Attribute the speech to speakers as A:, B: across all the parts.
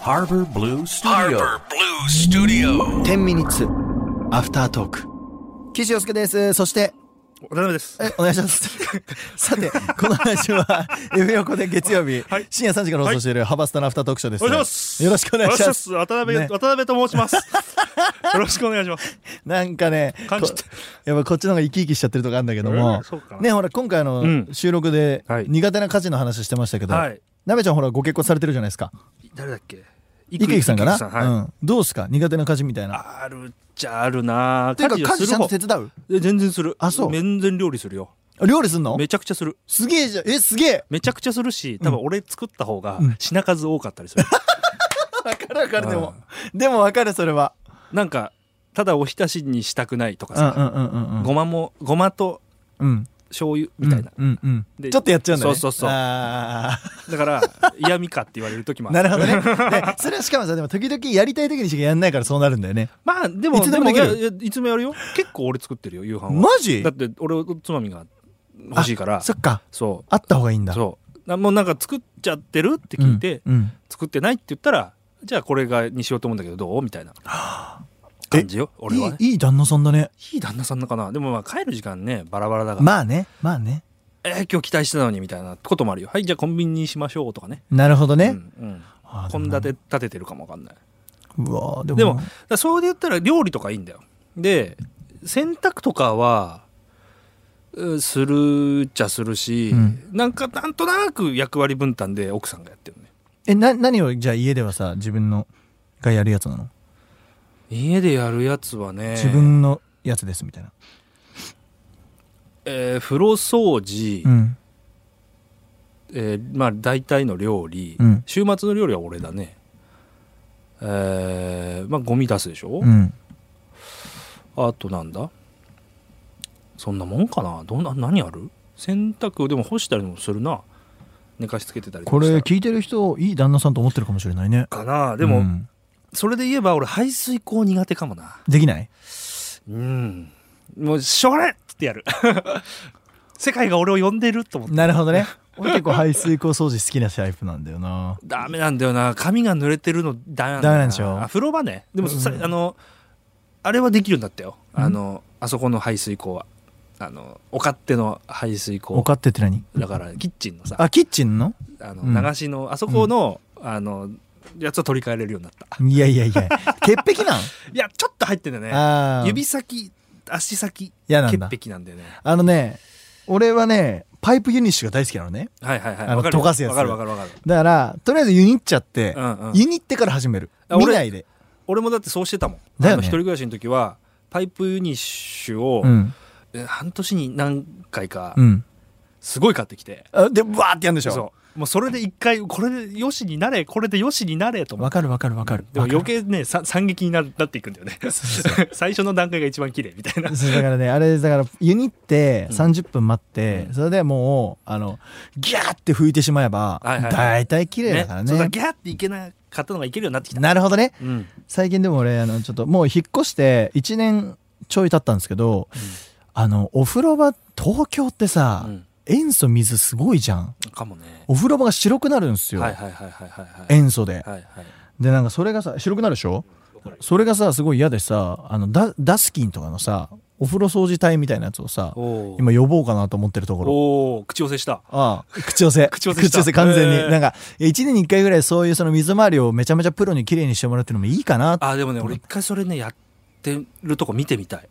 A: Harbor Blue Studio.
B: Harbor Blue Studio.
C: 10ミニッツアフタートーク岸洋介ですそして
D: 渡辺です。
C: えお願いします さてこの話 は F 横で月曜日、
D: はい
C: 深夜3時から放送しているハバスタのアフタートークショーです、
D: お願いします。
C: よろしくお願いします
D: 渡辺、
C: ね
D: 渡辺と 申します。よろしくお願いします。
C: なんかね
D: 感じた
C: こやっぱこっちの方が生き生きしちゃってるとこあるんだけど
D: う
C: も
D: んそうかな
C: ねほら今回あの、
D: ん
C: 収録で
D: はい
C: 苦手な家事の話してましたけど、
D: はい
C: なべちゃんほらご結婚されてるじゃないですか
D: 誰だっけイ
C: イクイクさんかな
D: はい
C: うん、どうですか苦手な家事みたいな
D: あるっちゃあるな
C: ていうか家
D: をす
C: 事
D: る
C: ちゃん
D: 方
C: と手伝う
D: え全然する。
C: あそう
D: 全然料理するよ。
C: あ料理すんの
D: めちゃくちゃする。
C: すげえじゃんえすげえ
D: めちゃくちゃするし、多分俺作った方が
C: うん
D: 品数多かった りする。
C: わかるわかるでもでもわかるそれは
D: なんか、ただおひたしにしたくないとか
C: うんう
D: さ、
C: んうんうんうん
D: ごまも、ごまと
C: うん
D: 醤油みたいな。
C: うんうんうん
D: で
C: ちょっとやっちゃうんだね
D: そうそうそう
C: あ
D: だから、嫌味かって言われる時も
C: ーな
D: ある。
C: るほ どねでそれはしかもさでも時々やりたい時にしかやんないからそうなるんだよね
D: まあ、でも、
C: いつでも
D: いや
C: でき
D: いやいつもやるよ。結構俺作ってるよ、夕飯は。
C: マジ
D: だって俺おつまみが欲しいから
C: あそっか
D: そ
C: あった方がいいん
D: う
C: だ
D: そうなもうなんか作っちゃってるって聞いて、
C: うんうん
D: 作ってないって言ったらじゃあこれがにしようと思うんだけどどうみたいな感じよ俺はね
C: いいいい旦那さんだね
D: いい旦那さんだかなでもまあ帰る時間ねバラバラだから、
C: まあねまあね
D: えー今日期待してたのにみたいなこともあるよはいじゃあコンビニにしましょうとかね
C: なるほど
D: う
C: ね
D: んうん
C: あーで
D: 献
C: も
D: 立立ててるかもわかんないう
C: わーでも
D: でもだからそれで言ったら料理とかいいんだよで洗濯とかはうんするっちゃするし、
C: うん
D: なんかなんとなく役割分担で奥さんがやってるね
C: えな何をじゃあ家ではさ自分のがやるやつなの
D: 家でやるやつはね
C: 自分のやつですみたいな
D: えー風呂掃除、
C: うん
D: えーまあ、大体の料理、
C: うん
D: 週末の料理は俺だねえーまあゴミ出すでしょ、
C: うん
D: あとなんだそんなもんかなどんな何ある洗濯でも干したりもするな寝かしつけてたりとか
C: こ
D: した
C: れ
D: ら
C: 聞いてる人いい旦那さんと思ってるかもしれないね
D: かなでも、
C: うん
D: それで言えば俺排水口苦手かもな
C: できない
D: うんもうしょうがないっつってやる 世界が俺を呼んでると思って
C: なるほどね俺結構排水口掃除好きなタイプなんだよな
D: ダメなんだよな髪が濡れてるのダメなん
C: ダ
D: だよ
C: メなんでしょ
D: あ風呂場ねでもさ、
C: うん
D: あのあれはできるんだったよあのあそこの排水口はあのお勝手の排水
C: お
D: 口
C: かってって何
D: だからキッチンのさ
C: あキッチンの
D: あの
C: うん
D: 流しの、あそこの、あのやつを取り替えれるようになった
C: いやいやいや潔癖なん
D: いやちょっと入ってんだよね
C: あー
D: 指先足先
C: 嫌なんだ
D: 潔癖なんだよね
C: あのね俺はねパイプユニッシュが大好きなのね
D: はいはいはい
C: あの
D: わかるよ
C: 溶かすやつ
D: わかるわかるわかる
C: だからとりあえずユニっちゃって、
D: うんうん
C: ユニってから始める
D: あ
C: 見
D: 俺
C: ないで
D: 俺もだってそうしてたもん
C: だよね
D: あの一人暮らしの時はパイプユニッシュを、
C: うん
D: え半年に何回か
C: うん
D: すごい買ってきて、
C: あでわーってやるんでしょ
D: そうもうそれで一回これでよしになれこれでよしになれと思っ
C: わ
D: て
C: かるわかるわかる
D: でも
C: わかる
D: 余計ねさ惨劇にななっていくんだよね 最初の段階が一番綺麗みたいな
C: そうだからねあれだからユニって
D: うん
C: 30分待って、
D: うん
C: それでもうあのギャーって拭いてしまえば、
D: はいはいはい
C: 大体綺麗だからね
D: そうだギャーっていけなかったのがいけるようになってきた、
C: なるほどね
D: うん、
C: 最近でも俺あのちょっともう引っ越して1年ちょい経ったんですけど、あのお風呂場東京ってさ、
D: うん
C: 塩素水すごいじゃん
D: かもね
C: お風呂場が白くなるんですよ、
D: はいはいはいはいはいはい
C: 塩素で、
D: はいはい
C: でなんかそれがさ白くなるでしょそれがさすごい嫌でさあのダダスキンとかのさお風呂掃除隊みたいなやつをさ
D: おー
C: 今呼ぼうかなと思ってるところ
D: おー口寄せした
C: ああ口寄せ
D: 口寄せした
C: 完全に、
D: えー
C: なんか1年に1回ぐらいそういうその水回りをめちゃめちゃプロに綺麗にしてもらうっていうのもいいかな
D: あでもね俺一回それねやってるとこ見てみたい、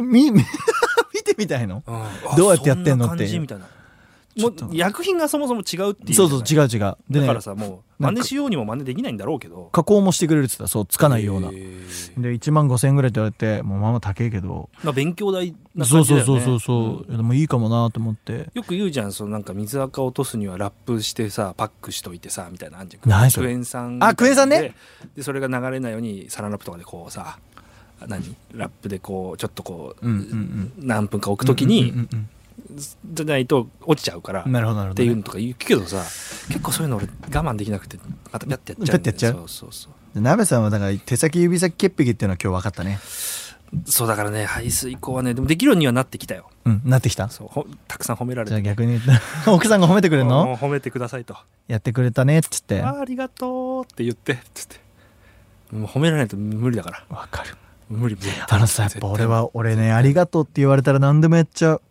C: み 見てみたいの
D: うんあ
C: どうやってやってんのっていう
D: そな感じみたいなも
C: ちょっ
D: う薬品がそもそも違うっていう
C: そうそう
D: う
C: 違う違うで
D: だ
C: ね
D: からさもう
C: な
D: 真
C: んか
D: 似しようにも真似できないんだろうけど
C: 加工もしてくれるって言ってたそうつかないような
D: へ
C: で
D: ー
C: 1万5千円ぐらいって言われてもうまあまあ高えけど
D: まあ勉強代な
C: そ
D: 感
C: う
D: じ
C: そ
D: だ
C: う
D: よね
C: そうそうそううんいやでもいいかもなと思って
D: よく言うじゃんそのなんか水垢落とすにはラップしてさパックしといてさみたいなのあんじゃん
C: 何それ
D: クエン酸
C: あクエン酸ね
D: ででそれが流れないようにサランラップとかでこうさ何ラップでこうちょっとこう、
C: うんうんうん
D: 何分か置くときに、
C: うんうん
D: じゃないと落ちちゃうから
C: うんなるほどなる
D: っ
C: ほど
D: てい
C: ね
D: うのとか言うけどさ結構そういうの俺我慢できなくてまたピャってやっちゃうんだよ
C: ピャッてやっちゃう
D: そうそうそう
C: で鍋さんはだから手先指先潔癖っていうのは今日分かったね
D: そうだからね排水溝はねでもできるようにはなってきたよ
C: うん、なってきた
D: そうほたくさん褒められ
C: じゃ
D: て
C: あ逆に言ったら奥さんが褒めてくれる
D: も
C: の
D: う褒めてくださいと
C: やってくれたねっつって
D: あーありがとうって言ってつってもう褒められないと無理だから
C: わかる
D: 無理無理
C: あのさやっ
D: 絶
C: ぱ
D: 対
C: 俺は俺ねありがとうって言われたら何でもやっちゃう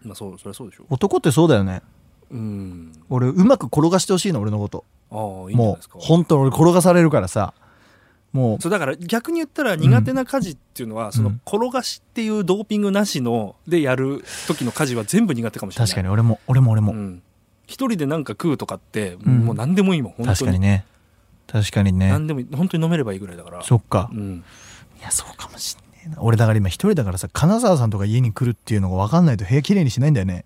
D: まあそうそれはそうでしょ
C: 男ってそうだよね
D: うん
C: 俺うまく転がしてほしいの俺のこと
D: ああいいんじゃない
C: も
D: です
C: う
D: か
C: 本当俺転がされるからさも
D: そうだから逆に言ったら苦手な家事っていうのは、そうの
C: ん
D: 転がしっていうドーピングなしのでやる時の家事は全部苦手かも
C: う
D: しれない
C: 確かに俺も俺も俺も、
D: うん、一人でなんか食うとかって、
C: ん
D: もう何でもいいもん本当に
C: 確かにね確かにね
D: 何でもいい本当に飲めればいいぐらいだから
C: そっか、
D: うん、
C: いやそうかもしんねえな俺だから今一人だからさ金沢さんとか家に来るっていうのが分かんないと部屋きれいにしないんだよね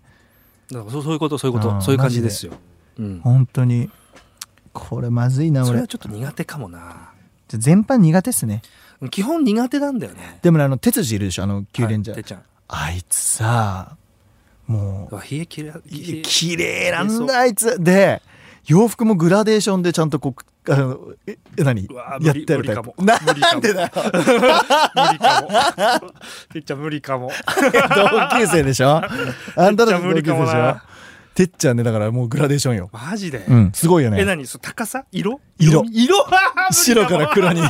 D: だからそうそういうことそういうこ
C: あ
D: と
C: ー
D: そういう感じですよ、うん、
C: 本当にこれまずいな
D: それ
C: 俺
D: はちょっと苦手かもな
C: じゃ全般苦手っすね
D: 基本苦手なんだよね
C: でもねあの哲司いるでしょあの九連じゃ、
D: はいてっちゃん
C: あいつさも
D: うわ冷え切れ冷
C: うい
D: え
C: や綺麗なんだあいつで洋服もグラデーションでちゃんとこうあのえ何
D: うわー
C: やっ
D: 無理
C: てるタイ
D: 無理
C: プ
D: かも無理
C: な
D: かも
C: んでだよ
D: 無理かもてっちゃん無理かも
C: 同級生でしょあんたたち同級生で
D: てっちゃん無理
C: し
D: かも
C: ょ
D: な
C: てっちゃんねだからもうグラデーションよ
D: マジで、
C: うんすごいよ
D: え
C: ね
D: 何その高さ色
C: 色
D: 色
C: 白から黒に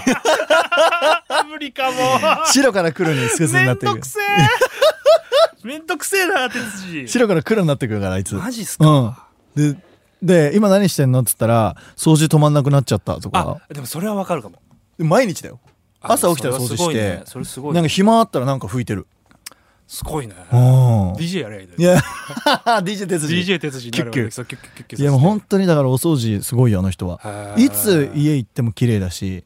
D: 無理かも
C: 白から黒にスクスクに
D: め
C: なっ
D: ん
C: てい
D: ど
C: く
D: くせえ めんどくせえな哲司
C: 白から黒になってくるからあいつ
D: マジっすか、
C: うんでで今何してんのっつったら掃除止まんなくなっちゃったとか
D: あでもそれはわかるかも
C: 毎日だよ
D: あ
C: 朝起きたら掃除し
D: それ
C: て
D: はすごいねそれすごい
C: な
D: ね
C: んか暇あったらなんか吹いてる
D: すごいね
C: うん
D: DJ やりゃいいのよ
C: いや DJ 哲司
D: DJ 哲司になるわ
C: キュッキュ
D: け
C: ッ
D: そうキュッキュッキュッキュッ
C: いやもう本当にだからお掃除すごいよあの人は
D: へー
C: いつ家行っても綺麗だし、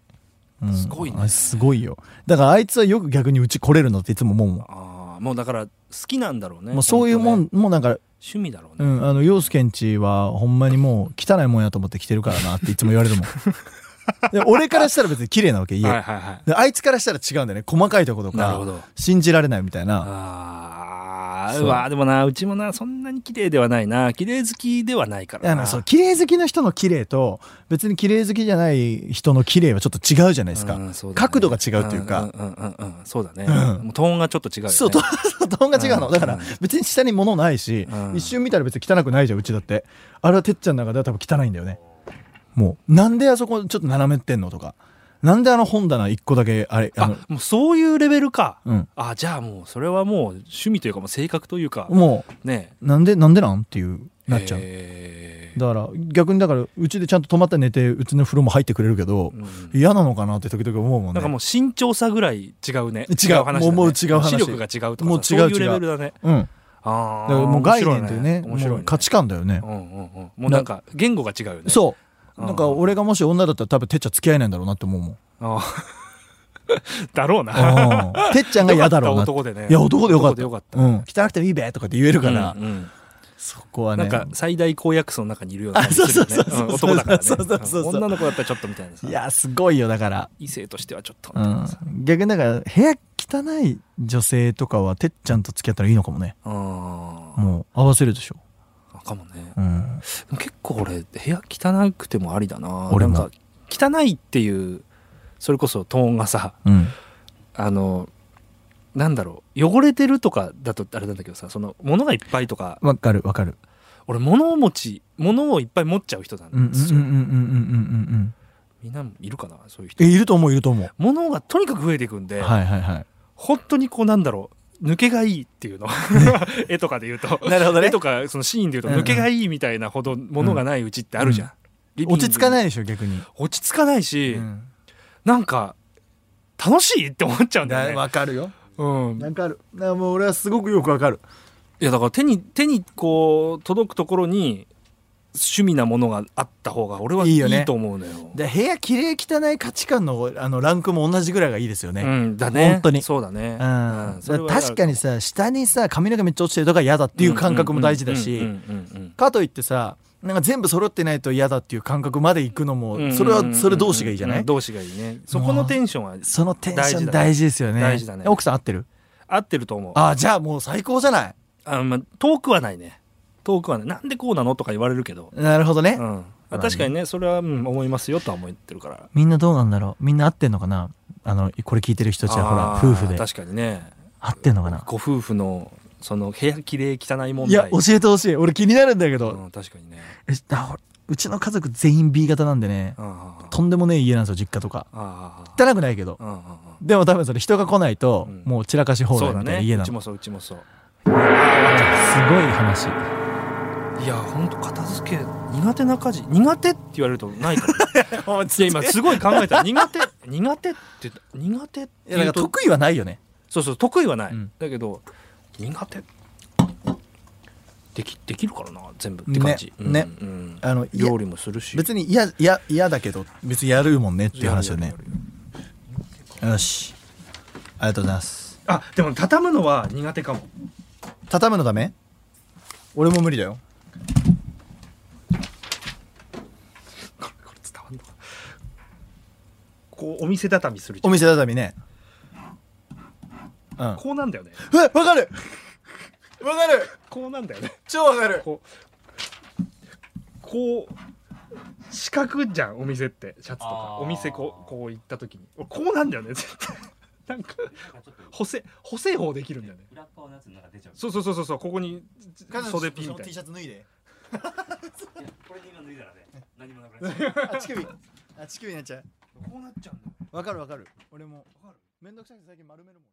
C: うん
D: すごいね
C: あすごいよだからあいつはよく逆にうち来れるのっていつも思うもん
D: ああもうだから好きなんだろうね
C: もうそういうもん、
D: 本
C: もうなんか、
D: 当ね趣味だろう
C: う
D: ね、
C: ん、あの陽介んちはほんまにもう汚いもんやと思って来てるからなっていつも言わ れるもんで俺からしたら別に綺麗なわけ家、
D: はいはいはい
C: であいつからしたら違うんだよね細かいとこと
D: なるほ
C: か
D: ど
C: 信じられないみたいな
D: ああ
C: そう
D: うわでもなうちもなそんなに綺麗ではないな綺麗好きではないか
C: いやな
D: ら
C: ん
D: な
C: かそう綺麗好きの人の綺麗と別に綺麗好きじゃない人の綺麗はちょっと違うじゃないですか、
D: うんそうだね
C: 角度が違うというか、
D: うんうんうんうんそうだね、
C: うん
D: もうトーンがちょっと違うよ ね
C: そうトーントーンが違うの、
D: うん
C: だか
D: う
C: ら
D: ん
C: 別に下に物ないし、
D: うん
C: 一瞬見たら別に汚くないじゃんうちだってあれはてっちゃんの中では多分汚いんだよねもうなんであそこちょっと斜めってんのとかなんであの本棚一個だけあれあの
D: あもうそういうレベルか、
C: うん
D: あじゃあもうそれはもう趣味というかもう性格というか
C: も
D: ね
C: うなんでなんでなんっていうなっちゃう、
D: へー
C: だから逆にだからうちでちゃんと泊まって寝てうちの風呂も入ってくれるけど、
D: うん
C: 嫌なのかなって時々思うもんね
D: なんかもう身長差ぐらい違うね。
C: 違う
D: 話だね
C: もうもう違う話
D: 視力が違うとかさ
C: もう違う
D: そうい
C: 違
D: う
C: う
D: レベルだね。
C: うん
D: あ
C: だ
D: あ。
C: からもう概念というね
D: 面白い
C: も
D: ね。
C: う価値観だよね、
D: うんうんうん。もうなんか言語が違うよね。う。
C: そう
D: うん
C: なんか俺がもし女だったら多分てっちゃん付き合えないんだろうなって思う もん
D: だろう
C: う
D: な。
C: んてっちゃんが嫌だろうなって
D: よかった男でね
C: いや男でよかっ
D: 男
C: た
D: でよかった
C: うん、汚くてもいいべとかって言えるから、
D: うんうん
C: そこは
D: な
C: ね
D: んか最大公約数の中にいるような感じするよね
C: あそうそうそうそう
D: うん男だからね
C: そうそうそうそう
D: うん女の子だったらちょっとみたいなさ
C: いやすごいよだから、
D: 異性としてはちょっと
C: う
D: みたい
C: ん
D: なさ、
C: 逆にだから部屋汚い女性とかはてっちゃんと付き合ったらいいのかもね
D: うん
C: もう合わせるでしょ、
D: あかもね
C: うん、
D: でも結構俺部屋汚くてもありだな
C: 俺も
D: なんか汚いっていうそれこそトーンがさ
C: うん
D: あのなんだろう汚れてるとかだとあれなんだけどさその物がいっぱいとか
C: わかるわかる
D: 俺物を持ち物をいっぱい持っちゃう人な
C: うんうん
D: ん
C: うんうんうん
D: です
C: うん
D: よ、
C: うんうん
D: みんないるかなそういう人
C: えいると思ういると思う
D: 物がとにかく増えていくんで、
C: はいはいはい
D: 本当にこうなんだろう抜けがいいっ ていうの 絵とかで言うと
C: なるほどね
D: 絵とかそのシーンで言う
C: うん
D: と
C: うん
D: 抜けがいいみたいなほど物がないうちってあるじゃん、
C: うん
D: リビング
C: 落ち着かないいでしょ逆に、
D: 落ち着かないし、
C: うん
D: なんか楽しいって思っちゃうんだよ
C: だ
D: ね、
C: わかるよ
D: うん、
C: わかるだからもう俺はすごくよくわかる
D: いやだから手に手にこう届くところに趣味なものがあった方が俺はい
C: い
D: い
C: よね
D: と思うのよ。
C: で部屋きれい汚い価値観のあのランクも同じぐらいがいいですよね、
D: うん、だね
C: 本当に
D: そうだね、
C: うん
D: それは
C: 確かにさ下にさ髪の毛めっちゃ落ちてるとか嫌だっていう感覚も大事だ
D: うんう
C: し
D: んうんうん
C: かといってさなんか全部揃ってないと嫌だっていう感覚まで行くの
D: うんうん
C: もそれはそれ同士がいいじゃな
D: う
C: い
D: ん同士がいいねそこのテンションは
C: そのテンション
D: 大
C: 大事ですよね
D: 大事だね
C: 奥さん合ってる
D: 合ってると思うあ
C: ああじゃあもう最高じゃない
D: まあ、遠くはないね遠くはないなんでこうなのとか言われるけど、
C: なるほどね、
D: うん、あ確かにねそれは、うん、思いますよとは思ってるから
C: みんなどうなんだろうみんな合ってんのかなあのこれ聞いてる人たちはほら
D: あー
C: 夫婦で
D: 確かにね
C: 合ってんのかな
D: ご夫婦のその部屋きれい汚い問題
C: いや教えてほしい俺気になるんだけど、
D: うん、確かにね
C: えあほらうちの家族全員 B 型なんでね、
D: あー
C: とんでもねえ家なんですよ実家とか
D: あー
C: 汚くないけど、
D: うんうん
C: でも多分それ人が来ないと、
D: うん
C: もう散らかし
D: うん
C: 放
D: そ
C: 題
D: うだ
C: みたいな
D: ね
C: 家
D: う
C: な
D: ち
C: の、
D: もそううちもそう
C: すごい話
D: いやほんと片付け苦手な家事苦手って言われると ないからいや今すごい考 えた苦手苦手って言った苦手って
C: いやな
D: 言
C: んか
D: うと
C: 得意はないよね
D: そうそう得意はない、
C: うん
D: だけど苦手できできるからな全部って感じ
C: ねね
D: うんうん
C: あのいや
D: 料理もするし
C: 別に嫌嫌嫌だけど別にやるもんねっていう話よ
D: や
C: ね
D: るやる
C: よしありがとうございます
D: やるあでも畳むのは苦手かも
C: 畳むのダメ俺も無理だよ
D: これこれ伝わんのかこうお店畳みするじゃ
C: お
D: ん
C: 店畳ねうん
D: こうなんだよね
C: えわかるわかる
D: こうなんだよね
C: 超わかる
D: こうこう四角じゃんお店ってシャツとか
A: あー
D: お店こうこう行った時に俺こうなんだよね絶対なんか
A: なんかちょっと
D: 補正補正法できるんだよね
A: 裏っ側のやつの中出ちゃう
D: そうそうそうそうそうここに袖ピンみたい
C: T シャツ脱いで
A: いやこれで今脱いだらね何もなくなっちゃう
C: あ乳首あ乳首になっちゃう
D: こうなっちゃうんだよ
C: わかるわかる俺もめんどくさくて最近丸めるもん